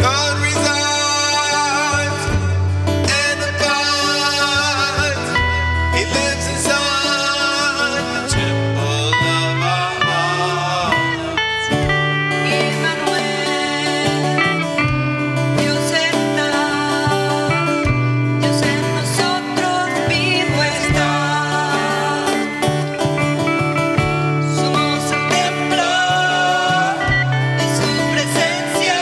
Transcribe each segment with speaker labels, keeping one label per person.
Speaker 1: God resides and abides. He lives inside the temple of our heart. Even when Dios está, Dios en nosotros vivo está. Somos el templo de su presencia.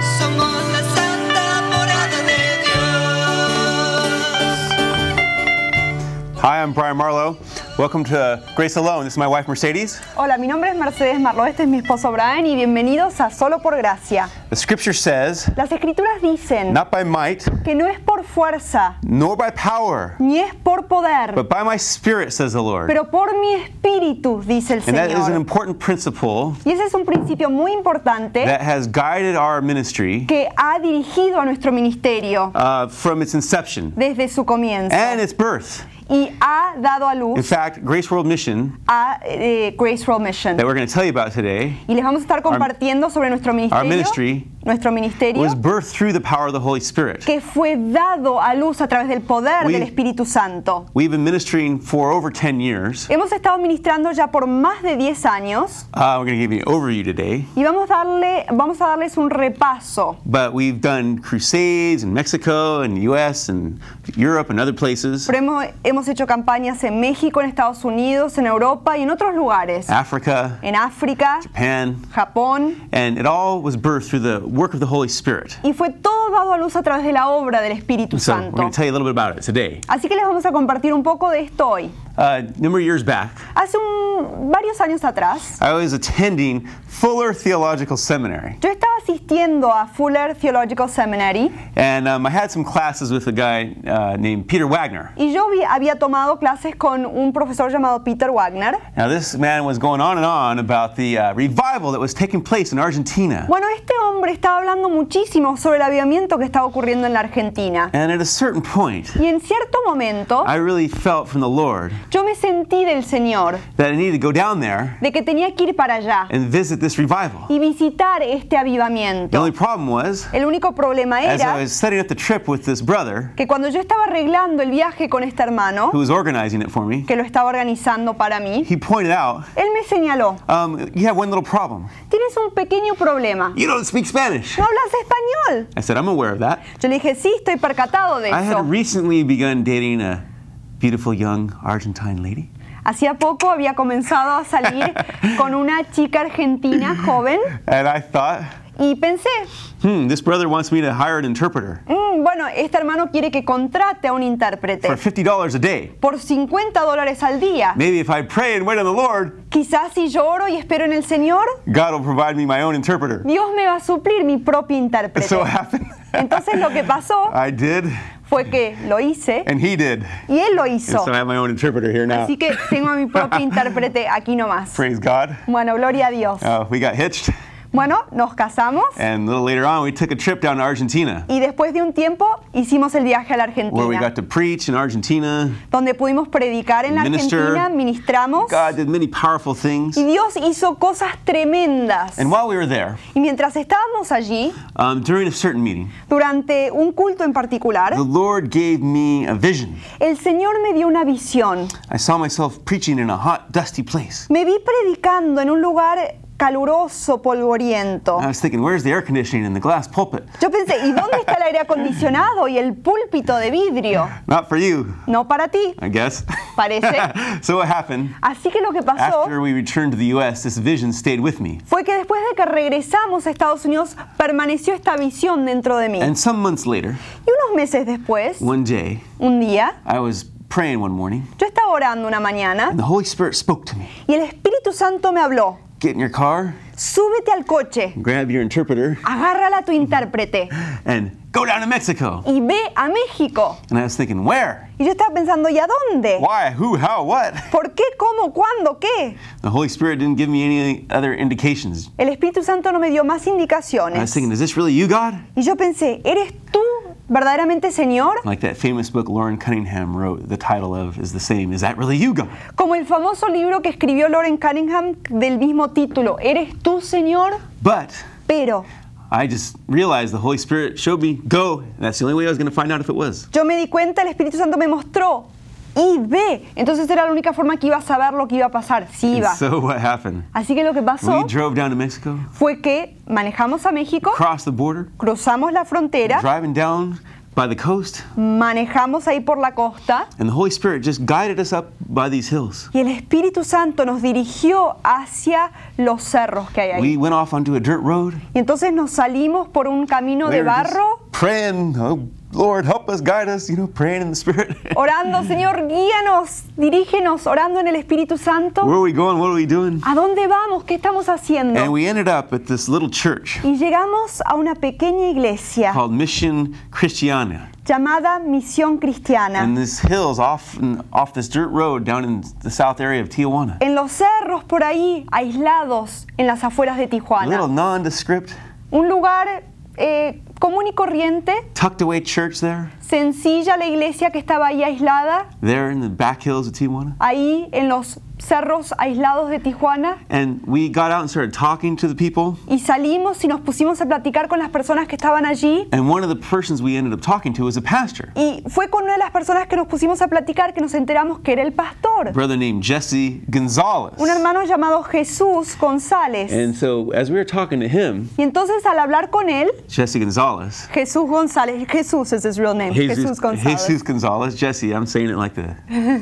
Speaker 1: Somos la santa morada de Dios.
Speaker 2: Hi, I'm Brian Marlowe. Welcome to Grace Alone. This is my wife Mercedes.
Speaker 3: Hola, mi nombre es Mercedes Marlo, este es mi esposo Brian y bienvenidos a Solo por Gracia.
Speaker 2: The scripture says,
Speaker 3: Las escrituras dicen
Speaker 2: Not by might,
Speaker 3: que no es por fuerza,
Speaker 2: nor by power,
Speaker 3: ni es por poder,
Speaker 2: but by my spirit, says the Lord.
Speaker 3: pero por mi espíritu, dice el
Speaker 2: And that is an
Speaker 3: Señor.
Speaker 2: important principle
Speaker 3: Y ese es un principio muy importante
Speaker 2: that has guided our ministry
Speaker 3: que ha dirigido a nuestro ministerio
Speaker 2: uh, from its inception
Speaker 3: desde su comienzo
Speaker 2: and its birth.
Speaker 3: y ha dado a
Speaker 2: In
Speaker 3: luz
Speaker 2: fact, Grace World Mission,
Speaker 3: a eh, Grace Roll Mission.
Speaker 2: that we're going to tell you about today,
Speaker 3: Y les vamos a estar compartiendo sobre nuestro ministerio,
Speaker 2: ministry
Speaker 3: nuestro ministerio
Speaker 2: was birthed through the power of the Holy Spirit.
Speaker 3: que fue dado a luz a través del poder
Speaker 2: We-
Speaker 3: del Espíritu Santo.
Speaker 2: We've been ministering for over 10 years.
Speaker 3: Hemos estado ministrando ya por más de 10 años
Speaker 2: Uh, we're going to give you an overview today.
Speaker 3: y vamos, a darle, vamos a darles un repaso.
Speaker 2: But we've done crusades in Mexico and US and Europe and other places,
Speaker 3: Pero hemos, hemos hecho campañas en México, en Estados Unidos, en Europa y en otros lugares.
Speaker 2: Ah. Africa,
Speaker 3: En África,
Speaker 2: Japan,
Speaker 3: Japón.
Speaker 2: and it all was birthed through the work of the Holy Spirit.
Speaker 3: Y fue todo dado a luz a través de la obra del Espíritu
Speaker 2: So we're
Speaker 3: Santo.
Speaker 2: going to tell you a little bit about it today.
Speaker 3: Así que les vamos a compartir un poco de esto hoy.
Speaker 2: Uh, a number of years back,
Speaker 3: Hace un- varios años atrás,
Speaker 2: I was attending Fuller Theological Seminary,
Speaker 3: yo estaba asistiendo a Fuller Theological Seminary
Speaker 2: and um, I had some classes with a guy uh, named Peter Wagner.
Speaker 3: y yo vi- había tomado clases con un profesor llamado Peter Wagner.
Speaker 2: Now, this man was going on and on about the uh, revival that was taking place in Argentina.
Speaker 3: Bueno, este hombre estaba hablando muchísimo sobre el avivamiento que estaba ocurriendo en la Argentina.
Speaker 2: And at a certain point,
Speaker 3: Y en cierto momento
Speaker 2: I really felt from the Lord
Speaker 3: yo me sentí del Señor,
Speaker 2: that I needed to go down there
Speaker 3: de que tenía que ir para allá
Speaker 2: and visit this revival.
Speaker 3: y visitar este
Speaker 2: The
Speaker 3: avivamiento.
Speaker 2: only problem was,
Speaker 3: El único problema
Speaker 2: as I
Speaker 3: era
Speaker 2: was setting up the trip with this brother
Speaker 3: que cuando yo estaba arreglando el viaje con este hermano,
Speaker 2: who was organizing it for me,
Speaker 3: que lo estaba organizando para mí,
Speaker 2: he pointed out,
Speaker 3: él me señaló,
Speaker 2: um, You have one little problem.
Speaker 3: tienes un pequeño problema,
Speaker 2: You don't speak Spanish.
Speaker 3: no hablas español.
Speaker 2: I said, I'm aware of that.
Speaker 3: Yo le dije, sí, estoy percatado de
Speaker 2: I
Speaker 3: eso.
Speaker 2: had recently begun dating a beautiful young Argentine lady.
Speaker 3: Hacía poco había comenzado a salir con una chica argentina joven
Speaker 2: And I thought,
Speaker 3: y pensé,
Speaker 2: hmm, this brother wants me to hire an interpreter
Speaker 3: "Mm, bueno, este hermano quiere que contrate a un intérprete
Speaker 2: for $50 a day.
Speaker 3: por 50 dólares al día.
Speaker 2: Maybe if I pray and wait on the Lord,
Speaker 3: Quizás si yo oro y espero en el Señor,
Speaker 2: God will provide me my own interpreter.
Speaker 3: Dios me va a suplir mi propio intérprete.
Speaker 2: So it happened.
Speaker 3: Entonces lo que pasó
Speaker 2: I did,
Speaker 3: fue que lo hice
Speaker 2: and he did.
Speaker 3: y él lo
Speaker 2: And
Speaker 3: hizo.
Speaker 2: so I have my own interpreter here now.
Speaker 3: Así que tengo a mi propio intérprete aquí nomás.
Speaker 2: Praise God.
Speaker 3: Bueno, gloria a Dios.
Speaker 2: Uh, we got hitched,
Speaker 3: Bueno, nos casamos
Speaker 2: and a little later on, we took a trip down to Argentina
Speaker 3: y después de un tiempo hicimos el viaje a la
Speaker 2: where we
Speaker 3: Argentina.
Speaker 2: got to preach in Argentina.
Speaker 3: donde pudimos predicar en la
Speaker 2: Minister.
Speaker 3: Argentina, ministramos
Speaker 2: God did many powerful things.
Speaker 3: y Dios hizo cosas tremendas.
Speaker 2: And while we were there,
Speaker 3: Y mientras estábamos allí,
Speaker 2: um, during a certain meeting,
Speaker 3: durante un culto en particular,
Speaker 2: the Lord gave me a vision.
Speaker 3: el Señor me dio una visión.
Speaker 2: I saw myself preaching in a hot, dusty place.
Speaker 3: Me vi predicando en un lugar caluroso, polvoriento.
Speaker 2: I was thinking, where's the air conditioning and the glass pulpit?
Speaker 3: Yo pensé, ¿y dónde está el aire acondicionado y el púlpito de vidrio?
Speaker 2: Not for you,
Speaker 3: No para ti.
Speaker 2: I guess.
Speaker 3: Parece.
Speaker 2: so what happened?
Speaker 3: Así que lo que pasó
Speaker 2: After we returned to the U.S., this vision stayed with me.
Speaker 3: fue que después de que regresamos a Estados Unidos, permaneció esta visión dentro de mí.
Speaker 2: And some months later,
Speaker 3: Y unos meses después,
Speaker 2: one day,
Speaker 3: un día,
Speaker 2: I was praying one morning,
Speaker 3: Yo estaba orando una mañana
Speaker 2: and the Holy Spirit spoke to me.
Speaker 3: y el Espíritu Santo me habló,
Speaker 2: Get in your car,
Speaker 3: súbete al coche,
Speaker 2: grab your interpreter,
Speaker 3: agárrala a tu intérprete
Speaker 2: and go down to Mexico.
Speaker 3: y ve a México.
Speaker 2: And I was thinking, where?
Speaker 3: Y yo estaba pensando, ¿y a dónde?
Speaker 2: Why? Who? How? What?
Speaker 3: ¿Por qué? ¿Cómo? ¿Cuándo? ¿Qué?
Speaker 2: The Holy Spirit didn't give me any other indications.
Speaker 3: El Espíritu Santo no me dio más
Speaker 2: And I was
Speaker 3: indicaciones.
Speaker 2: thinking, is this really you, God?
Speaker 3: Y yo pensé, ¿eres tú verdaderamente Señor?
Speaker 2: Like that famous book Lauren Cunningham wrote, the title of is the same. Is that really you, God?
Speaker 3: Como el famoso libro que escribió Lauren Cunningham del mismo título, ¿eres tú Señor?
Speaker 2: But
Speaker 3: Pero
Speaker 2: I just realized the Holy Spirit showed me, go. And that's the only way I was going to find out if it was.
Speaker 3: Yo me di cuenta, el Espíritu Santo me mostró. Y ve. Entonces era la única forma que iba a saber lo que iba a pasar. Sí
Speaker 2: And
Speaker 3: iba.
Speaker 2: so what happened?
Speaker 3: Así que lo que pasó
Speaker 2: We drove down to Mexico,
Speaker 3: fue que manejamos a México,
Speaker 2: crossed the border,
Speaker 3: cruzamos la frontera,
Speaker 2: driving down by the coast,
Speaker 3: manejamos ahí por la costa
Speaker 2: and the Holy Spirit just guided us up by these hills.
Speaker 3: y el Espíritu Santo nos dirigió hacia los cerros que hay ahí.
Speaker 2: We went off onto a dirt road.
Speaker 3: Y entonces nos salimos por un camino
Speaker 2: We
Speaker 3: de
Speaker 2: were just
Speaker 3: barro,
Speaker 2: Praying, oh Lord, help us, guide us, you know, praying in the Spirit.
Speaker 3: orando, Señor, guíanos, dirígenos, orando en el Espíritu
Speaker 2: Where
Speaker 3: Santo.
Speaker 2: are we going? What are we doing?
Speaker 3: ¿A dónde vamos? ¿Qué estamos
Speaker 2: And
Speaker 3: haciendo?
Speaker 2: we ended up at this little church
Speaker 3: Y llegamos a una pequeña iglesia
Speaker 2: called Mission Christiana.
Speaker 3: llamada Misión
Speaker 2: in
Speaker 3: Cristiana.
Speaker 2: these hills off off this dirt road down in the south area of Tijuana.
Speaker 3: En los cerros por ahí, aislados en las afueras de
Speaker 2: A little
Speaker 3: Tijuana.
Speaker 2: nondescript,
Speaker 3: Un lugar eh, común y corriente,
Speaker 2: tucked away church there,
Speaker 3: sencilla la iglesia que estaba ahí aislada,
Speaker 2: there in the back hills of Tijuana.
Speaker 3: ahí en los cerros aislados de Tijuana.
Speaker 2: And we got out and started talking to the people.
Speaker 3: Y salimos y nos pusimos a platicar con las personas que estaban allí.
Speaker 2: And one of the persons we ended up talking to was a pastor,
Speaker 3: Y fue con una de las personas que nos pusimos a platicar que nos enteramos que era
Speaker 2: a
Speaker 3: el pastor,
Speaker 2: brother named Jesse
Speaker 3: un
Speaker 2: Gonzalez.
Speaker 3: hermano llamado Jesús González.
Speaker 2: And so as we were talking to him,
Speaker 3: Y entonces al hablar con él,
Speaker 2: Jesse Gonzalez,
Speaker 3: Jesús González, Jesús es his real name, Jesús González.
Speaker 2: Jesus Gonzalez, Jesse, I'm saying it like the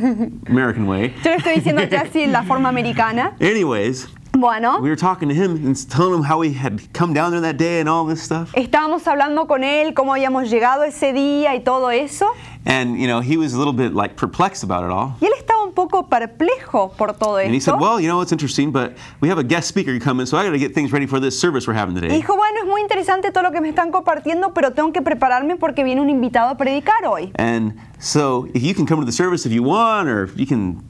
Speaker 2: American way.
Speaker 3: Yo le estoy diciendo ya así en la forma americana.
Speaker 2: Anyways,
Speaker 3: Bueno,
Speaker 2: we were talking to him and telling him how we had come down there that day and all this stuff.
Speaker 3: estábamos hablando con él, cómo habíamos llegado ese día y todo eso.
Speaker 2: And you know, he was a little bit like perplexed about it all.
Speaker 3: Y él estaba un poco perplejo por todo
Speaker 2: And he said,
Speaker 3: esto.
Speaker 2: "Well, you know, it's interesting, but we have a guest speaker coming, so I got to get things ready for this service we're having
Speaker 3: Y
Speaker 2: today."
Speaker 3: dijo, bueno, es muy interesante todo lo que me están compartiendo, pero tengo que prepararme porque viene un invitado a predicar hoy.
Speaker 2: And so, if you can come to the service if you want, or you can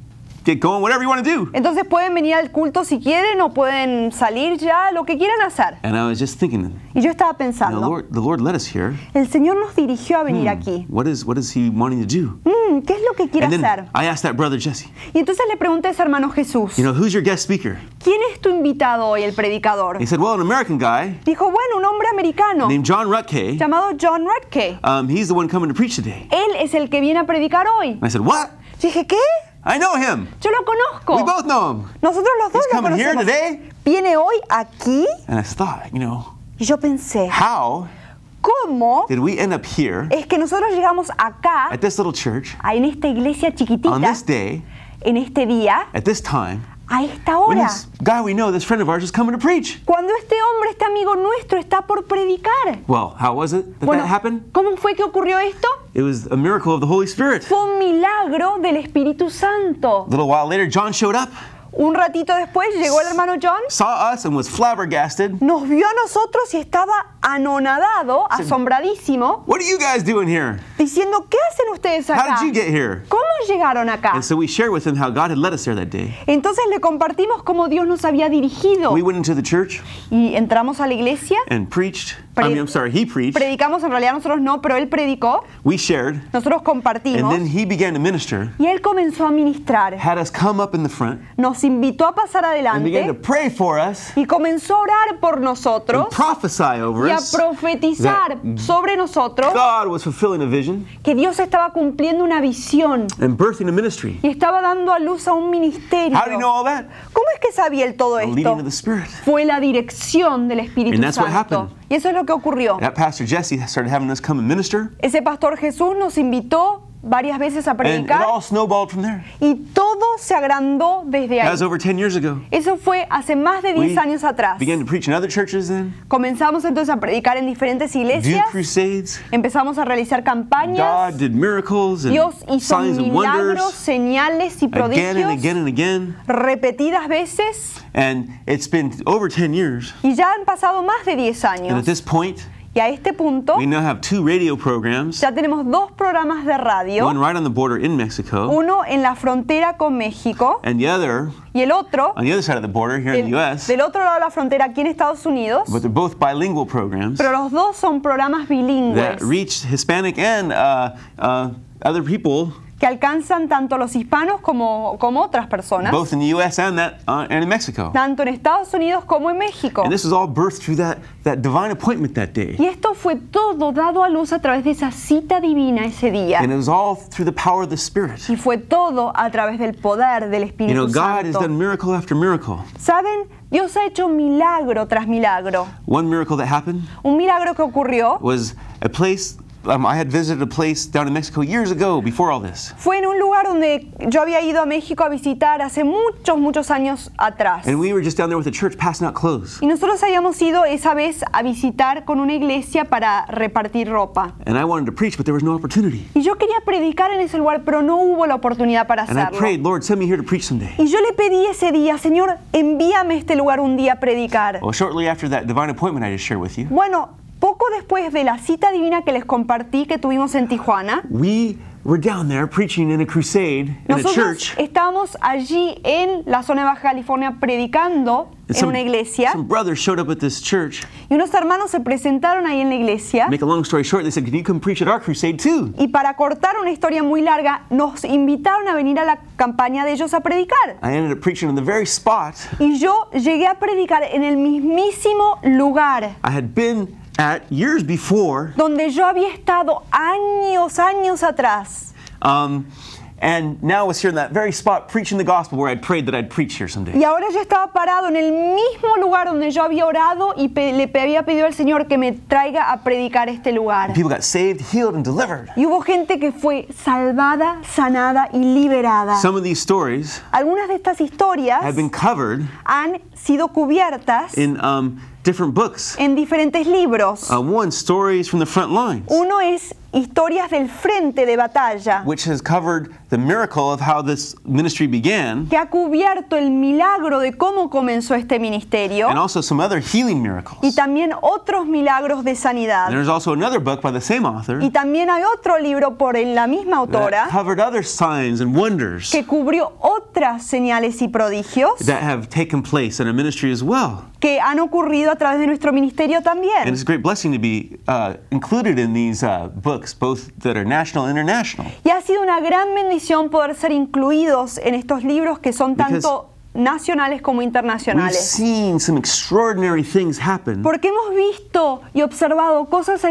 Speaker 2: get going, whatever you want to do.
Speaker 3: Entonces pueden venir al culto si quieren o pueden salir ya, lo que quieran hacer.
Speaker 2: And I was just thinking,
Speaker 3: Y yo estaba
Speaker 2: the
Speaker 3: pensando,
Speaker 2: Lord, Hmm. the Lord led us here.
Speaker 3: el Señor nos dirigió a venir aquí.
Speaker 2: What is what is He wanting to do?
Speaker 3: Mm, ¿Qué es lo que quiere
Speaker 2: And then
Speaker 3: hacer?
Speaker 2: I asked that brother Jesse,
Speaker 3: Y entonces le pregunté a ese hermano Jesús,
Speaker 2: you know, who's your guest speaker?
Speaker 3: ¿quién es tu invitado hoy, el predicador?
Speaker 2: He said, well, an American guy
Speaker 3: Dijo, bueno, un hombre americano
Speaker 2: named John Rutke.
Speaker 3: llamado John Radke.
Speaker 2: Um, he's the one coming to preach today.
Speaker 3: Él es el que viene a predicar hoy.
Speaker 2: And I said, what?
Speaker 3: Yo dije, ¿qué?
Speaker 2: I know him.
Speaker 3: Yo lo
Speaker 2: We
Speaker 3: conozco.
Speaker 2: both know him.
Speaker 3: Nosotros los dos
Speaker 2: He's
Speaker 3: lo
Speaker 2: coming here
Speaker 3: conocemos.
Speaker 2: today.
Speaker 3: ¿Viene hoy aquí?
Speaker 2: And I thought, you know,
Speaker 3: Y yo pensé,
Speaker 2: how
Speaker 3: ¿cómo
Speaker 2: did we end up here
Speaker 3: es que nosotros llegamos acá,
Speaker 2: at this little church
Speaker 3: a- en esta iglesia
Speaker 2: on
Speaker 3: chiquitita,
Speaker 2: this day,
Speaker 3: en este día,
Speaker 2: at this time,
Speaker 3: a esta
Speaker 2: when
Speaker 3: hora?
Speaker 2: this guy we know, this friend of ours, is coming to preach?
Speaker 3: Cuando este hombre, este amigo nuestro, está por predicar.
Speaker 2: Well, how was it that
Speaker 3: Bueno,
Speaker 2: that happened?
Speaker 3: ¿cómo fue que ocurrió esto?
Speaker 2: It was a miracle of the Holy Spirit.
Speaker 3: Fue un milagro del Espíritu Santo.
Speaker 2: A little while later, John showed up,
Speaker 3: Un ratito después llegó el hermano John,
Speaker 2: saw us, and was flabbergasted.
Speaker 3: nos vio a nosotros y estaba anonadado, asombradísimo,
Speaker 2: What are you guys doing here?
Speaker 3: diciendo, ¿qué hacen ustedes
Speaker 2: How
Speaker 3: acá?
Speaker 2: did you get here?
Speaker 3: ¿Cómo llegaron acá?
Speaker 2: And so we shared with him how God had led us there that day.
Speaker 3: Entonces le compartimos cómo Dios nos había dirigido
Speaker 2: We went into the church
Speaker 3: y entramos a la iglesia,
Speaker 2: and preached. I mean, I'm sorry, he preached.
Speaker 3: predicamos, en realidad nosotros no, pero él predicó,
Speaker 2: We shared.
Speaker 3: nosotros
Speaker 2: And then
Speaker 3: compartimos
Speaker 2: he began to minister,
Speaker 3: y él comenzó a ministrar,
Speaker 2: had us come up in the front,
Speaker 3: nos invitó a pasar
Speaker 2: and began to
Speaker 3: adelante
Speaker 2: pray for us.
Speaker 3: y comenzó a orar por nosotros
Speaker 2: and prophesy over
Speaker 3: y a
Speaker 2: us
Speaker 3: profetizar
Speaker 2: mm.
Speaker 3: sobre nosotros
Speaker 2: God was fulfilling a vision
Speaker 3: que Dios estaba cumpliendo una visión
Speaker 2: and birthing a ministry.
Speaker 3: y estaba dando a luz a un ministerio.
Speaker 2: How do you know all that?
Speaker 3: ¿Cómo es que sabía él todo
Speaker 2: The leading
Speaker 3: esto?
Speaker 2: of the Spirit.
Speaker 3: Fue la dirección del Espíritu
Speaker 2: And that's what
Speaker 3: Santo.
Speaker 2: happened.
Speaker 3: Y eso es lo que ocurrió.
Speaker 2: That pastor Jesse started having us come and minister,
Speaker 3: Ese pastor Jesús nos invitó varias veces a
Speaker 2: and it all
Speaker 3: predicar
Speaker 2: snowballed from there.
Speaker 3: y todo se agrandó desde
Speaker 2: That
Speaker 3: ahí.
Speaker 2: was over 10 years ago.
Speaker 3: Eso fue hace más de 10 años atrás.
Speaker 2: began to preach in other churches then,
Speaker 3: Comenzamos entonces a predicar en diferentes
Speaker 2: do
Speaker 3: iglesias,
Speaker 2: crusades.
Speaker 3: empezamos a realizar campañas.
Speaker 2: God did miracles and
Speaker 3: Dios hizo
Speaker 2: signs and
Speaker 3: milagros,
Speaker 2: wonders
Speaker 3: señales y
Speaker 2: again and again
Speaker 3: prodigios
Speaker 2: and again.
Speaker 3: repetidas veces
Speaker 2: And it's been over 10 years.
Speaker 3: y ya han pasado más de 10
Speaker 2: And at
Speaker 3: años.
Speaker 2: this point,
Speaker 3: Y a este punto
Speaker 2: we now have two radio programs,
Speaker 3: ya tenemos dos programas de
Speaker 2: one
Speaker 3: radio,
Speaker 2: right on the border in Mexico,
Speaker 3: uno en la frontera con México
Speaker 2: and the other
Speaker 3: y el otro
Speaker 2: on the other side of the border here in
Speaker 3: del,
Speaker 2: the U.S.
Speaker 3: del otro lado de la frontera aquí en Estados Unidos,
Speaker 2: But they're both bilingual programs
Speaker 3: pero los dos son programas bilingües
Speaker 2: that reach Hispanic and uh, uh, other people
Speaker 3: que alcanzan tanto los hispanos como, como otras personas,
Speaker 2: both in the U.S. and that uh, and in Mexico.
Speaker 3: tanto en Estados Unidos como en México.
Speaker 2: And this was all birthed through that, that divine appointment that day.
Speaker 3: Y esto fue todo dado a luz a través de esa cita divina ese día.
Speaker 2: And it was all through the power of the Spirit.
Speaker 3: Y fue todo a través del poder del
Speaker 2: You know,
Speaker 3: Espíritu
Speaker 2: God has done
Speaker 3: Santo.
Speaker 2: miracle after miracle.
Speaker 3: ¿Saben? Dios ha hecho milagro tras milagro.
Speaker 2: One miracle that happened
Speaker 3: Un milagro que ocurrió
Speaker 2: was a place, um, I had visited a place down in Mexico years ago before all this.
Speaker 3: fue en un lugar donde yo había ido a México a visitar hace muchos, muchos años atrás.
Speaker 2: And we were just down there with the church passing out clothes.
Speaker 3: Y nosotros habíamos ido esa vez a visitar con una iglesia para repartir ropa.
Speaker 2: And I wanted to preach, but there was no opportunity.
Speaker 3: Y yo quería predicar en ese lugar, pero no hubo la oportunidad para
Speaker 2: And I
Speaker 3: hacerlo.
Speaker 2: prayed, Lord, send me here to preach someday.
Speaker 3: Y yo le pedí ese día, Señor, envíame a este lugar un día a predicar.
Speaker 2: Well, shortly after that divine appointment I just shared with you,
Speaker 3: Bueno, poco después de la cita divina que les compartí que tuvimos en Tijuana,
Speaker 2: we were down there preaching in a crusade in a
Speaker 3: nosotros
Speaker 2: church.
Speaker 3: estábamos allí en la zona de Baja California predicando
Speaker 2: And
Speaker 3: en una iglesia
Speaker 2: some brothers showed up at this church.
Speaker 3: y unos hermanos se presentaron ahí en la iglesia
Speaker 2: Make a long story short, they said, Can you come preach at our crusade too?
Speaker 3: y para cortar una historia muy larga nos invitaron a venir a la campaña de ellos a predicar.
Speaker 2: I ended up preaching on the very spot
Speaker 3: Y yo llegué a predicar en el mismísimo lugar
Speaker 2: I had been at years before,
Speaker 3: donde yo había estado años, años atrás.
Speaker 2: um, and now I was here in that very spot preaching the gospel where I'd prayed that I'd preach here someday.
Speaker 3: Y ahora yo estaba parado en el mismo lugar donde yo había orado y pe- le pe- había pedido al Señor que me traiga a predicar este lugar.
Speaker 2: And people got saved, healed, and delivered.
Speaker 3: Y hubo gente que fue salvada, sanada y liberada.
Speaker 2: Some of these stories
Speaker 3: Algunas de estas historias
Speaker 2: have been covered
Speaker 3: han sido cubiertas
Speaker 2: in um, different books.
Speaker 3: en diferentes libros.
Speaker 2: Uh, one, Stories from the Front Lines,
Speaker 3: Uno es Historias del Frente de Batalla,
Speaker 2: which has covered the miracle of how this ministry began,
Speaker 3: que ha cubierto el milagro de cómo comenzó este ministerio
Speaker 2: and also some other healing
Speaker 3: y
Speaker 2: miracles.
Speaker 3: también otros milagros de sanidad.
Speaker 2: There's also another book by the same author
Speaker 3: Y también hay otro libro por en la misma autora
Speaker 2: that covered other signs and wonders
Speaker 3: que cubrió otras señales y prodigios
Speaker 2: that have taken place in a ministry as well.
Speaker 3: que han ocurrido a través de nuestro ministerio
Speaker 2: And
Speaker 3: también.
Speaker 2: it's a great blessing to be uh, included in these uh, books, both that are national and international.
Speaker 3: Y ha sido una gran bendición poder ser incluidos en estos libros que son
Speaker 2: Because
Speaker 3: tanto nacionales como
Speaker 2: We've
Speaker 3: internacionales.
Speaker 2: seen some extraordinary things happen
Speaker 3: Porque hemos visto y observado cosas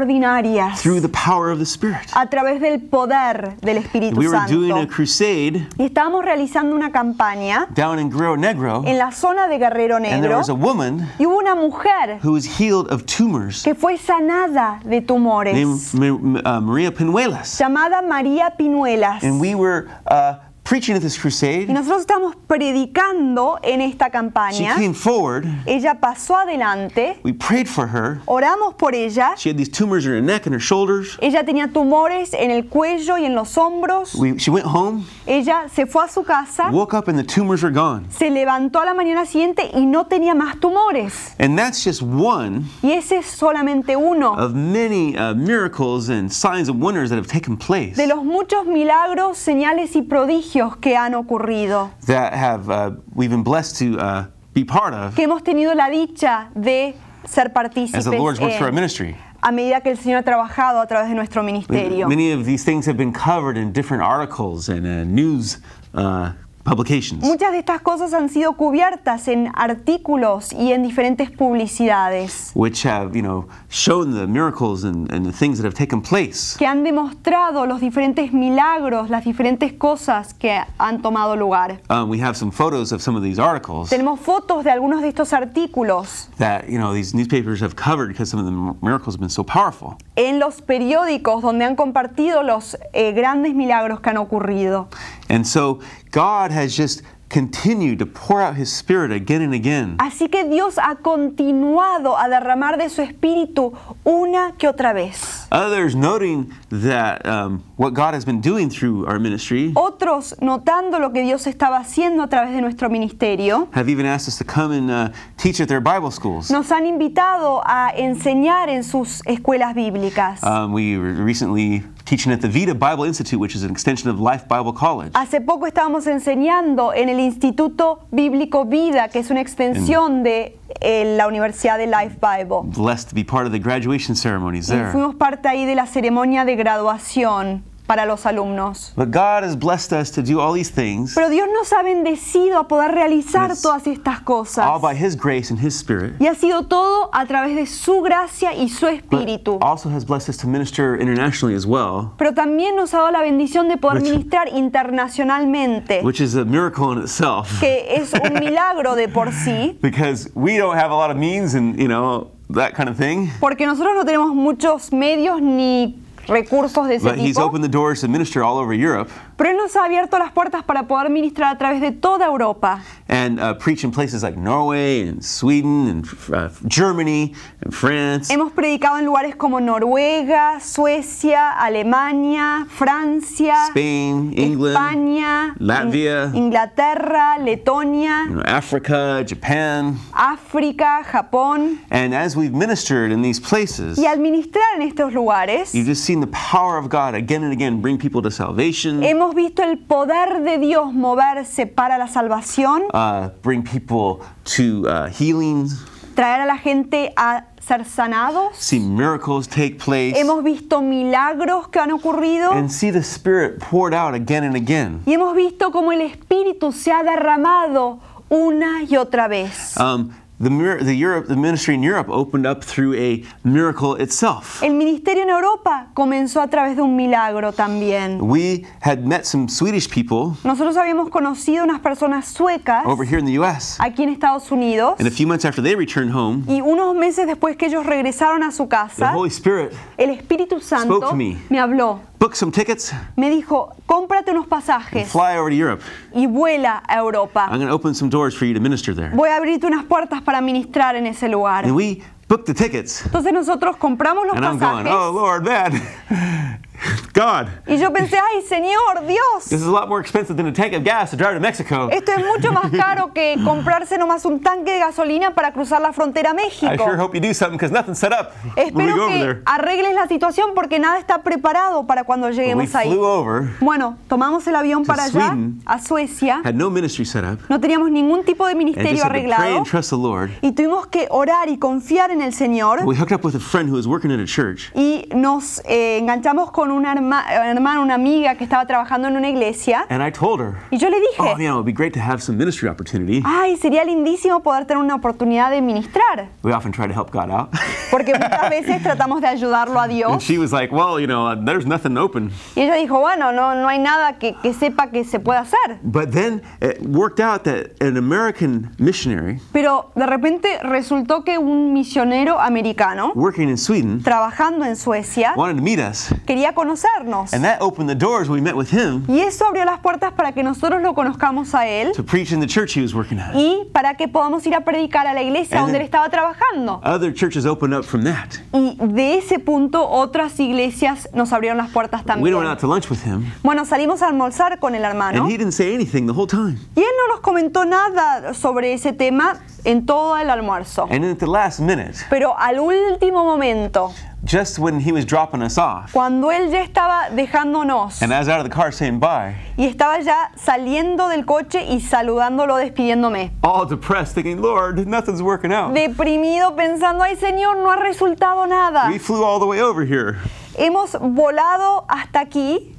Speaker 3: extraordinarias
Speaker 2: through the power of the Spirit.
Speaker 3: a través del poder del Espíritu
Speaker 2: We were doing a
Speaker 3: Santo.
Speaker 2: crusade
Speaker 3: Y estábamos realizando una campaña
Speaker 2: down in Guerrero Negro,
Speaker 3: en la zona de Guerrero
Speaker 2: and there
Speaker 3: Negro
Speaker 2: was a woman
Speaker 3: y hubo una mujer
Speaker 2: who was healed of tumors
Speaker 3: que fue sanada de
Speaker 2: named
Speaker 3: tumores,
Speaker 2: Ma- uh, Maria Pinuelas.
Speaker 3: llamada María Pinuelas.
Speaker 2: And we were uh, preaching at this
Speaker 3: Y
Speaker 2: crusade.
Speaker 3: nosotros estamos predicando en esta
Speaker 2: She
Speaker 3: campaña.
Speaker 2: came forward.
Speaker 3: Ella pasó adelante,
Speaker 2: We prayed for her.
Speaker 3: oramos por ella.
Speaker 2: She had these tumors in her neck and her shoulders.
Speaker 3: Ella tenía tumores en el cuello y en los hombros.
Speaker 2: We, she went home,
Speaker 3: Ella se fue a su casa,
Speaker 2: woke up, and the tumors were gone.
Speaker 3: se levantó a la mañana siguiente y no tenía más tumores.
Speaker 2: And that's just one
Speaker 3: Y ese es solamente uno
Speaker 2: of many uh, miracles and signs and wonders that have taken place
Speaker 3: de los muchos milagros, señales y prodigios que han ocurrido,
Speaker 2: that have uh, we've been blessed to uh, be part of
Speaker 3: que hemos tenido la dicha de ser
Speaker 2: as
Speaker 3: partícipes
Speaker 2: the Lord's work through our
Speaker 3: en.
Speaker 2: ministry.
Speaker 3: a medida que el Señor ha trabajado a través de nuestro ministerio.
Speaker 2: Many of these things have been covered in different articles and uh, news uh, publications.
Speaker 3: Muchas de estas cosas han sido cubiertas en artículos y en diferentes publicidades
Speaker 2: Which have, you know, shown the miracles and, and the things that have taken place.
Speaker 3: que han demostrado los diferentes milagros, las diferentes cosas que han tomado lugar.
Speaker 2: Um, we have some photos of some of these articles
Speaker 3: Tenemos fotos de algunos de estos artículos
Speaker 2: that, you know, these newspapers have covered because some of the mir- miracles have been so powerful.
Speaker 3: en los periódicos donde han compartido los eh, grandes milagros que han ocurrido.
Speaker 2: And so God has just continued to pour out His Spirit again and again.
Speaker 3: Así que Dios ha continuado a derramar de su espíritu una que otra vez.
Speaker 2: Others noting that um, what God has been doing through our ministry
Speaker 3: Otros, notando lo que Dios estaba haciendo a través de nuestro ministerio,
Speaker 2: have even asked us to come and uh, teach at their Bible schools.
Speaker 3: nos han invitado a enseñar en sus escuelas bíblicas.
Speaker 2: Um, we were recently teaching at the Vita Bible Institute, which is an extension of Life Bible College.
Speaker 3: Hace poco estábamos enseñando en el Instituto Bíblico Vida, que es una extensión de eh, la Universidad de Life Bible.
Speaker 2: Blessed to be part of the graduation ceremonies
Speaker 3: Y
Speaker 2: there.
Speaker 3: fuimos parte ahí de la ceremonia de graduación. para los alumnos.
Speaker 2: But God has blessed us to do all these things,
Speaker 3: Pero Dios nos ha bendecido a poder realizar
Speaker 2: Yes.
Speaker 3: todas estas cosas.
Speaker 2: all by His grace and His Spirit.
Speaker 3: Y ha sido todo a través de su gracia y su
Speaker 2: But uh,
Speaker 3: espíritu.
Speaker 2: also has blessed us to minister internationally as well,
Speaker 3: Pero también nos ha dado la bendición de poder
Speaker 2: Which-
Speaker 3: ministrar internacionalmente,
Speaker 2: which is a miracle in itself.
Speaker 3: que es un milagro de por sí,
Speaker 2: because we don't have a lot of means and you know that kind of thing.
Speaker 3: porque nosotros no tenemos muchos medios ni recursos de ese
Speaker 2: But He's
Speaker 3: tipo.
Speaker 2: opened the doors to minister all over Europe
Speaker 3: Pero Él nos ha abierto las puertas para poder ministrar a través de toda Europa.
Speaker 2: and uh, preach in places like Norway and Sweden and uh, Germany and France.
Speaker 3: Hemos predicado en lugares como Noruega, Suecia, Alemania, Francia,
Speaker 2: Spain, England,
Speaker 3: España, In-
Speaker 2: Latvia. Mm.
Speaker 3: Inglaterra, Letonia,
Speaker 2: you know, Africa, Japan.
Speaker 3: África, Japón.
Speaker 2: And as we've ministered in these places,
Speaker 3: Y al ministrar en estos lugares,
Speaker 2: you've just seen the power of God again and again bring people to salvation,
Speaker 3: hemos visto el poder de Dios moverse para la salvación,
Speaker 2: uh, bring people to uh, healing,
Speaker 3: traer a la gente a ser sanados.
Speaker 2: see miracles take place,
Speaker 3: Hemos visto milagros que han ocurrido.
Speaker 2: and see the Spirit poured out again and again.
Speaker 3: Y hemos visto cómo el Espíritu se ha derramado una y otra vez.
Speaker 2: Um, the, mir- the Europe, the ministry in Europe opened up through a miracle itself.
Speaker 3: El ministerio en Europa comenzó a través de un milagro también.
Speaker 2: We had met some Swedish people
Speaker 3: Nosotros habíamos conocido unas personas suecas
Speaker 2: over here in the U.S.
Speaker 3: aquí en Estados Unidos
Speaker 2: And a few months after they returned home,
Speaker 3: y unos meses después que ellos regresaron a su
Speaker 2: the
Speaker 3: casa,
Speaker 2: Holy Spirit
Speaker 3: el Espíritu
Speaker 2: spoke
Speaker 3: Santo
Speaker 2: to me.
Speaker 3: me habló.
Speaker 2: booked some tickets
Speaker 3: Me dijo, cómprate unos
Speaker 2: and
Speaker 3: pasajes
Speaker 2: fly over to Europe.
Speaker 3: y vuela a Europa.
Speaker 2: I'm going to open some doors for you to minister there.
Speaker 3: Voy a abrirte unas puertas para ministrar en ese lugar.
Speaker 2: And we booked the tickets.
Speaker 3: Entonces nosotros compramos los
Speaker 2: And I'm going,
Speaker 3: pasajes
Speaker 2: oh, Lord, man, God,
Speaker 3: y yo pensé, ay Señor, Dios,
Speaker 2: this is a lot more expensive than a tank of gas to drive to Mexico.
Speaker 3: Esto es mucho más caro que comprarse nomás un tanque de gasolina para cruzar la frontera a
Speaker 2: I
Speaker 3: México.
Speaker 2: sure hope you do something because nothing's set up when we
Speaker 3: Espero
Speaker 2: go over
Speaker 3: que
Speaker 2: there.
Speaker 3: arregles la situación porque nada está preparado para cuando
Speaker 2: We
Speaker 3: lleguemos ahí.
Speaker 2: flew over,
Speaker 3: Bueno, tomamos el avión para allá,
Speaker 2: Sweden.
Speaker 3: a Suecia.
Speaker 2: had no ministry set up,
Speaker 3: No teníamos ningún tipo de
Speaker 2: and
Speaker 3: ministerio
Speaker 2: just had to pray
Speaker 3: arreglado.
Speaker 2: and trust the Lord.
Speaker 3: Y tuvimos que orar y confiar en el Señor.
Speaker 2: We hooked up with a friend who was working at a church,
Speaker 3: Y nos eh, enganchamos con una herma- hermana, una amiga que estaba trabajando en una iglesia.
Speaker 2: and I told her,
Speaker 3: Y yo le
Speaker 2: Oh, you
Speaker 3: dije, Ah.
Speaker 2: know, it'd be great to have some ministry opportunity.
Speaker 3: ay, sería lindísimo poder tener una oportunidad de ministrar.
Speaker 2: We often try to help God out.
Speaker 3: Porque muchas veces tratamos de ayudarlo a
Speaker 2: and
Speaker 3: Dios.
Speaker 2: she was like, Well, you know, there's nothing open.
Speaker 3: Y ella dijo, bueno, no, no hay nada que, que sepa que se pueda hacer.
Speaker 2: But then it worked out that an American missionary
Speaker 3: Pero de repente resultó que un misionero americano,
Speaker 2: working in Sweden
Speaker 3: trabajando en Suecia,
Speaker 2: wanted to meet us.
Speaker 3: quería conocernos.
Speaker 2: And that opened the doors when we met with him
Speaker 3: Y eso abrió las puertas para que nosotros lo conozcamos a él
Speaker 2: to preach in the church he was working at.
Speaker 3: y para que podamos ir a predicar a la iglesia
Speaker 2: And
Speaker 3: donde
Speaker 2: then-
Speaker 3: él estaba trabajando.
Speaker 2: Other churches opened up from that.
Speaker 3: Y de ese punto otras iglesias nos abrieron las puertas
Speaker 2: We
Speaker 3: también.
Speaker 2: went out to lunch with him,
Speaker 3: Bueno, salimos a almorzar con el hermano.
Speaker 2: and he didn't say anything the whole time.
Speaker 3: Y él no nos comentó nada sobre ese tema en todo el almuerzo.
Speaker 2: And then at the last minute,
Speaker 3: Pero al último momento,
Speaker 2: just when he was dropping us off,
Speaker 3: cuando él ya estaba dejándonos
Speaker 2: and I was out of the car saying bye,
Speaker 3: y estaba ya saliendo del coche y saludándolo, despidiéndome.
Speaker 2: all depressed, thinking, Lord, nothing's working out.
Speaker 3: Deprimido pensando, ay señor, no ha resultado nada.
Speaker 2: We flew all the way over here,
Speaker 3: Hemos volado hasta aquí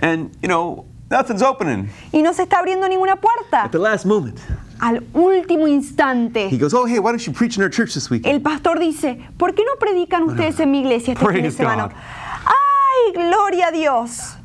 Speaker 2: and you know, nothing's opening.
Speaker 3: y no se está abriendo ninguna puerta.
Speaker 2: At the last moment,
Speaker 3: Al último
Speaker 2: he
Speaker 3: instante,
Speaker 2: goes, "Oh, hey, why don't you preach in our church this week?"
Speaker 3: el pastor dice, ¿por qué no predican ustedes en mi iglesia este fin de
Speaker 2: Praise
Speaker 3: semana?
Speaker 2: God.
Speaker 3: ¡Ay, gloria a Dios!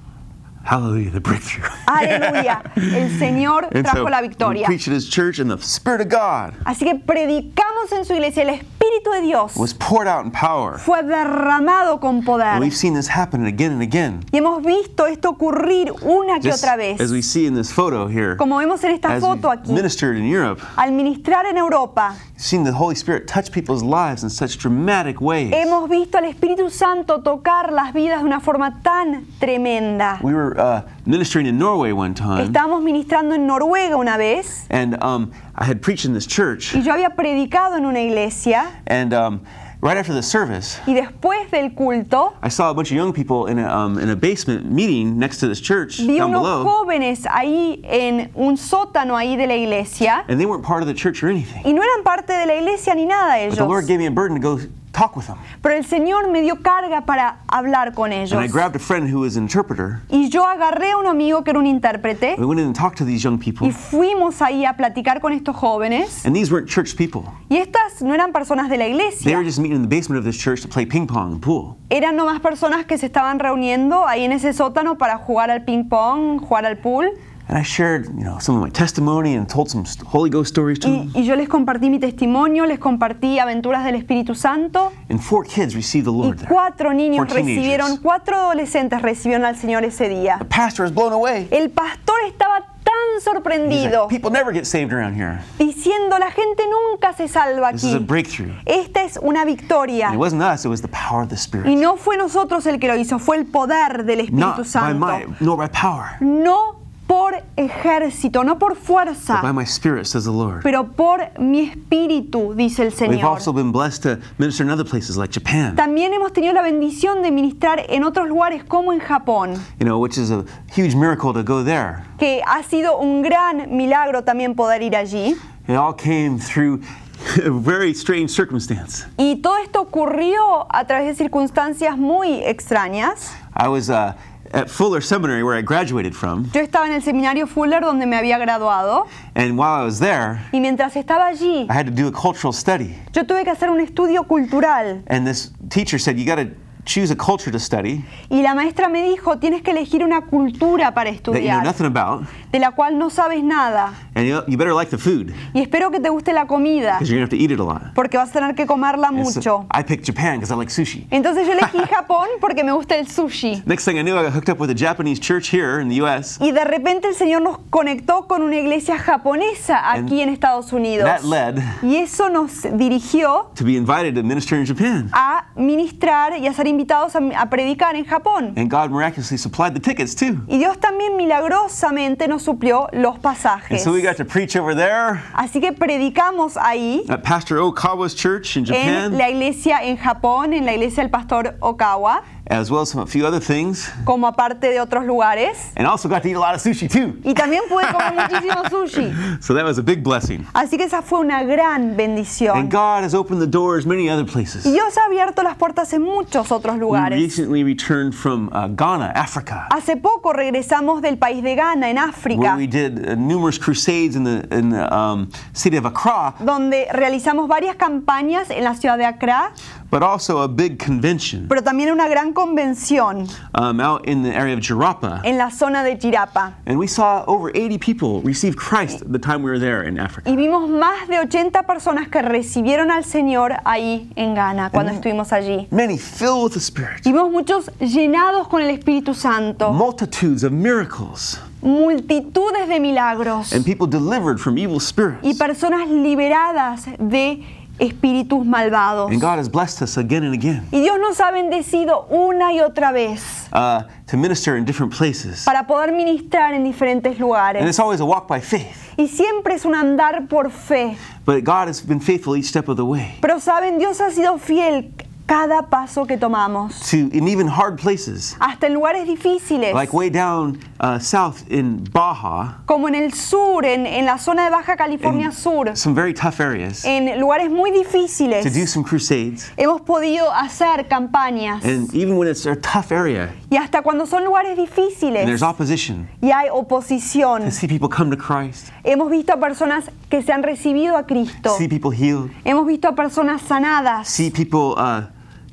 Speaker 2: Hallelujah, the breakthrough.
Speaker 3: Aleluya. El Señor
Speaker 2: And so
Speaker 3: trajo la
Speaker 2: we
Speaker 3: victoria.
Speaker 2: preached at his church, and the Spirit of God
Speaker 3: Así que predicamos en su iglesia. El Espíritu de Dios
Speaker 2: was poured out in power.
Speaker 3: fue derramado con
Speaker 2: And
Speaker 3: poder.
Speaker 2: we've seen this happen again and again.
Speaker 3: Y hemos visto esto ocurrir una que
Speaker 2: Just
Speaker 3: otra vez.
Speaker 2: as we see in this photo here,
Speaker 3: Como vemos en esta
Speaker 2: as we
Speaker 3: foto aquí,
Speaker 2: ministered in Europe,
Speaker 3: al ministrar en Europa,
Speaker 2: we've seen the Holy Spirit touch people's lives in such dramatic ways.
Speaker 3: hemos visto al Espíritu Santo tocar las vidas de una forma tan tremenda.
Speaker 2: We were uh, ministering in Norway one time,
Speaker 3: Estábamos ministrando en Noruega una vez
Speaker 2: and um, I had preached in this church,
Speaker 3: y yo había predicado en una iglesia
Speaker 2: and um, right after the service,
Speaker 3: y después del culto
Speaker 2: I saw a bunch of young people in a, um, in a basement meeting next to this church
Speaker 3: vi
Speaker 2: down
Speaker 3: unos
Speaker 2: below,
Speaker 3: jóvenes ahí en un sótano ahí de la iglesia
Speaker 2: and they weren't part of the church or anything.
Speaker 3: y no eran parte de la iglesia ni nada ellos.
Speaker 2: But the Lord gave me a burden to go talk with them.
Speaker 3: Pero el Señor me dio carga para hablar con
Speaker 2: And
Speaker 3: ellos.
Speaker 2: I grabbed a friend who was an interpreter.
Speaker 3: Y yo agarré a un amigo que era un intérprete
Speaker 2: We went in and talked to these young
Speaker 3: y
Speaker 2: people.
Speaker 3: fuimos ahí a platicar con estos jóvenes.
Speaker 2: And these weren't church people.
Speaker 3: Y estas no eran personas de la
Speaker 2: They
Speaker 3: iglesia,
Speaker 2: were just meeting in the basement of this church to play ping pong and pool.
Speaker 3: eran nomás personas que se estaban reuniendo ahí en ese sótano para jugar al ping pong, jugar al pool.
Speaker 2: And I shared, you know, some of my testimony and told some st- Holy Ghost stories to
Speaker 3: Y,
Speaker 2: them.
Speaker 3: y yo les compartí mi testimonio, les compartí aventuras del Espíritu Santo.
Speaker 2: And four kids received the
Speaker 3: Y
Speaker 2: Lord there.
Speaker 3: cuatro niños
Speaker 2: Four teenagers.
Speaker 3: recibieron, cuatro adolescentes recibieron al Señor ese día.
Speaker 2: The pastor was blown away.
Speaker 3: El pastor estaba tan
Speaker 2: He's like,
Speaker 3: sorprendido,
Speaker 2: People never get saved around here.
Speaker 3: diciendo, la gente nunca se salva
Speaker 2: This is a
Speaker 3: aquí.
Speaker 2: breakthrough.
Speaker 3: Esta es una victoria.
Speaker 2: And it wasn't us, it was the power of the
Speaker 3: Y
Speaker 2: Spirit.
Speaker 3: no fue nosotros el que lo hizo, fue el poder del Espíritu
Speaker 2: Not by
Speaker 3: Santo.
Speaker 2: might, nor by power,
Speaker 3: No por ejército, no por
Speaker 2: but by
Speaker 3: fuerza,
Speaker 2: my Spirit, says the Lord.
Speaker 3: pero por mi espíritu, dice el
Speaker 2: We've
Speaker 3: Señor.
Speaker 2: also been blessed to minister in other places like Japan,
Speaker 3: También hemos tenido la bendición de ministrar en otros lugares como en Japón,
Speaker 2: you know, which is a huge miracle to go there.
Speaker 3: que ha sido un gran milagro también poder ir allí.
Speaker 2: It all came through a very strange circumstance.
Speaker 3: Y todo esto ocurrió a través de circunstancias muy extrañas.
Speaker 2: I was uh, at Fuller Seminary where I graduated from,
Speaker 3: Yo estaba en el seminario Fuller donde me había graduado
Speaker 2: and while I was there,
Speaker 3: y mientras estaba allí
Speaker 2: I had to do a cultural study.
Speaker 3: yo tuve que hacer un estudio cultural
Speaker 2: And this teacher said, You got to choose a culture to study
Speaker 3: Y la maestra me dijo, tienes que elegir una cultura para
Speaker 2: that you know
Speaker 3: estudiar,
Speaker 2: nothing about,
Speaker 3: de la cual no sabes nada.
Speaker 2: and you, you better like the food
Speaker 3: Y espero que te guste la comida,
Speaker 2: because you're going to have to eat it a lot.
Speaker 3: porque vas a tener que comerla
Speaker 2: And so
Speaker 3: mucho.
Speaker 2: I picked Japan because I like sushi.
Speaker 3: Entonces yo elegí Japón porque me gusta el sushi.
Speaker 2: Next thing I knew, I got hooked up with a Japanese church here in the U.S.
Speaker 3: Y de repente el Señor nos conectó con una iglesia japonesa aquí en Estados Unidos.
Speaker 2: That led
Speaker 3: Y eso nos dirigió
Speaker 2: to be invited to minister in Japan.
Speaker 3: a ministrar y a ser invitados a, a predicar en Japón.
Speaker 2: And God miraculously supplied the tickets too.
Speaker 3: Y Dios también milagrosamente nos suplió los
Speaker 2: And
Speaker 3: pasajes.
Speaker 2: so we got to preach over there
Speaker 3: Así que predicamos ahí.
Speaker 2: at Pastor Okawa's church in
Speaker 3: en la
Speaker 2: Japan,
Speaker 3: iglesia en Japón, en la iglesia del pastor Okawa,
Speaker 2: as well as some, a few other things.
Speaker 3: como aparte de otros lugares.
Speaker 2: And also got to eat a lot of sushi too.
Speaker 3: Y también pude comer muchísimo sushi.
Speaker 2: So that was a big blessing.
Speaker 3: Así que esa fue una gran bendición.
Speaker 2: And God has opened the doors many other
Speaker 3: Y
Speaker 2: places.
Speaker 3: Dios ha abierto las puertas en muchos otros
Speaker 2: We
Speaker 3: lugares.
Speaker 2: recently returned from uh, Ghana, Africa,
Speaker 3: Hace poco regresamos del país de Ghana, en
Speaker 2: where
Speaker 3: África,
Speaker 2: we did uh, numerous crusades in the, in the um, city of Accra,
Speaker 3: donde realizamos varias campañas en la ciudad de Accra,
Speaker 2: but also a big convention
Speaker 3: pero también una gran convención
Speaker 2: um, out in the area of Jirapa.
Speaker 3: en la zona de Chirapa.
Speaker 2: And we saw over 80 people receive Christ the time we were there in Africa.
Speaker 3: Y vimos más de 80 personas que recibieron al Señor ahí en Ghana, cuando estuvimos allí.
Speaker 2: Many filled with the Spirit,
Speaker 3: Y vemos muchos llenados con el Espíritu Santo,
Speaker 2: multitudes of miracles,
Speaker 3: multitudes de milagros
Speaker 2: and people delivered from evil
Speaker 3: y
Speaker 2: spirits.
Speaker 3: personas liberadas de espíritus malvados.
Speaker 2: And God has blessed us again and again
Speaker 3: Y Dios nos ha bendecido una y otra vez
Speaker 2: uh, to minister in different places.
Speaker 3: para poder ministrar en diferentes
Speaker 2: And
Speaker 3: lugares.
Speaker 2: it's always a walk by faith,
Speaker 3: Y siempre es un andar por fe.
Speaker 2: but God has been faithful each step of the way.
Speaker 3: Pero saben, Dios ha sido fiel cada paso que tomamos,
Speaker 2: To in even hard places,
Speaker 3: hasta en lugares difíciles,
Speaker 2: like way down uh, south in Baja,
Speaker 3: como en el sur, en, en la zona de Baja California Sur,
Speaker 2: some very tough areas,
Speaker 3: en lugares muy
Speaker 2: to do
Speaker 3: difíciles.
Speaker 2: some crusades.
Speaker 3: Hemos podido hacer campañas
Speaker 2: And even when it's a tough area
Speaker 3: y hasta cuando son lugares
Speaker 2: and
Speaker 3: difíciles
Speaker 2: there's opposition,
Speaker 3: y hay oposición,
Speaker 2: to see people come to Christ,
Speaker 3: hemos visto a personas que se han recibido a Cristo,
Speaker 2: see people healed,
Speaker 3: hemos visto a personas sanadas,
Speaker 2: see people uh,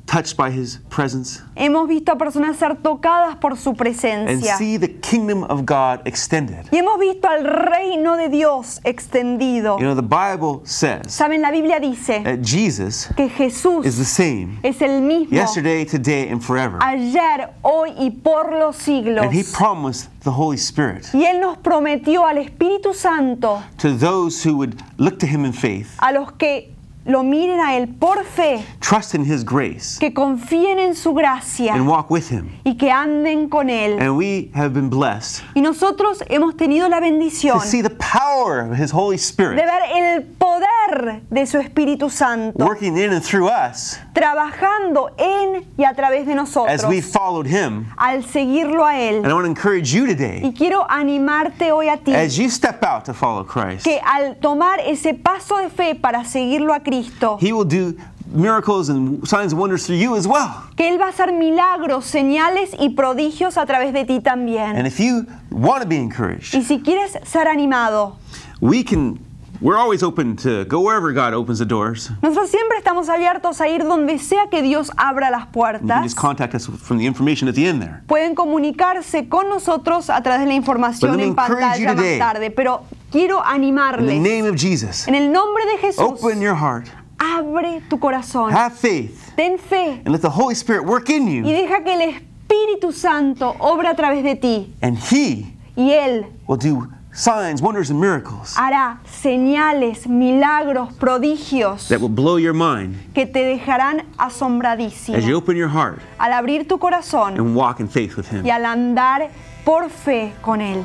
Speaker 2: touched by His presence,
Speaker 3: hemos visto a personas ser tocadas por su
Speaker 2: and
Speaker 3: presencia
Speaker 2: see the kingdom of God extended.
Speaker 3: y hemos visto al reino de Dios extendido.
Speaker 2: You know, the Bible says
Speaker 3: Saben, la Biblia dice
Speaker 2: that Jesus
Speaker 3: que Jesús
Speaker 2: is the same
Speaker 3: es el mismo
Speaker 2: yesterday, today, and forever.
Speaker 3: ayer, hoy y por los siglos.
Speaker 2: And He promised the Holy Spirit
Speaker 3: Y Él nos prometió al Espíritu Santo
Speaker 2: to those who would look to Him in faith,
Speaker 3: a los que lo miren a Él por fe,
Speaker 2: trust in His grace,
Speaker 3: que confíen en su gracia
Speaker 2: and walk with Him.
Speaker 3: y que anden con Él.
Speaker 2: And we have been blessed
Speaker 3: Y nosotros hemos tenido la bendición
Speaker 2: to see the power of His Holy
Speaker 3: de
Speaker 2: Spirit
Speaker 3: ver el poder de su Espíritu Santo
Speaker 2: working in and through us
Speaker 3: trabajando en y a través de
Speaker 2: as we
Speaker 3: nosotros
Speaker 2: followed Him.
Speaker 3: al seguirlo a
Speaker 2: And
Speaker 3: Él.
Speaker 2: I want to encourage you
Speaker 3: Y
Speaker 2: today,
Speaker 3: quiero animarte hoy a ti
Speaker 2: as you step out to follow Christ,
Speaker 3: que al tomar ese paso de fe para seguirlo a Cristo,
Speaker 2: He will do miracles and signs and wonders through you as well.
Speaker 3: que Él va a hacer milagros, señales y prodigios a través de ti también.
Speaker 2: And if you want to be encouraged,
Speaker 3: Y si quieres ser animado,
Speaker 2: we can. We're always open to go wherever God opens the doors.
Speaker 3: nosotros siempre estamos abiertos a ir donde sea que Dios abra las
Speaker 2: You can
Speaker 3: puertas.
Speaker 2: just contact us from the information at the end there.
Speaker 3: Pueden comunicarse con nosotros a través de la
Speaker 2: But
Speaker 3: información
Speaker 2: let me
Speaker 3: en
Speaker 2: encourage you
Speaker 3: pantalla
Speaker 2: today.
Speaker 3: más tarde, pero quiero
Speaker 2: In the
Speaker 3: animarles.
Speaker 2: name of Jesus,
Speaker 3: En el nombre de Jesús,
Speaker 2: open your heart,
Speaker 3: abre tu corazón,
Speaker 2: have faith,
Speaker 3: ten fe
Speaker 2: and let the Holy Spirit work in
Speaker 3: y
Speaker 2: you,
Speaker 3: deja que el Espíritu Santo obra a través de ti
Speaker 2: and He
Speaker 3: y Él
Speaker 2: will do signs, wonders, and miracles
Speaker 3: hará señales, milagros, prodigios
Speaker 2: that will blow your mind
Speaker 3: que te dejarán
Speaker 2: as you
Speaker 3: asombradísimo
Speaker 2: open your heart
Speaker 3: al abrir tu corazón
Speaker 2: and walk in faith with Him.
Speaker 3: y al andar por fe con Él.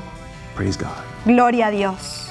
Speaker 2: Praise God.
Speaker 3: Gloria a Dios.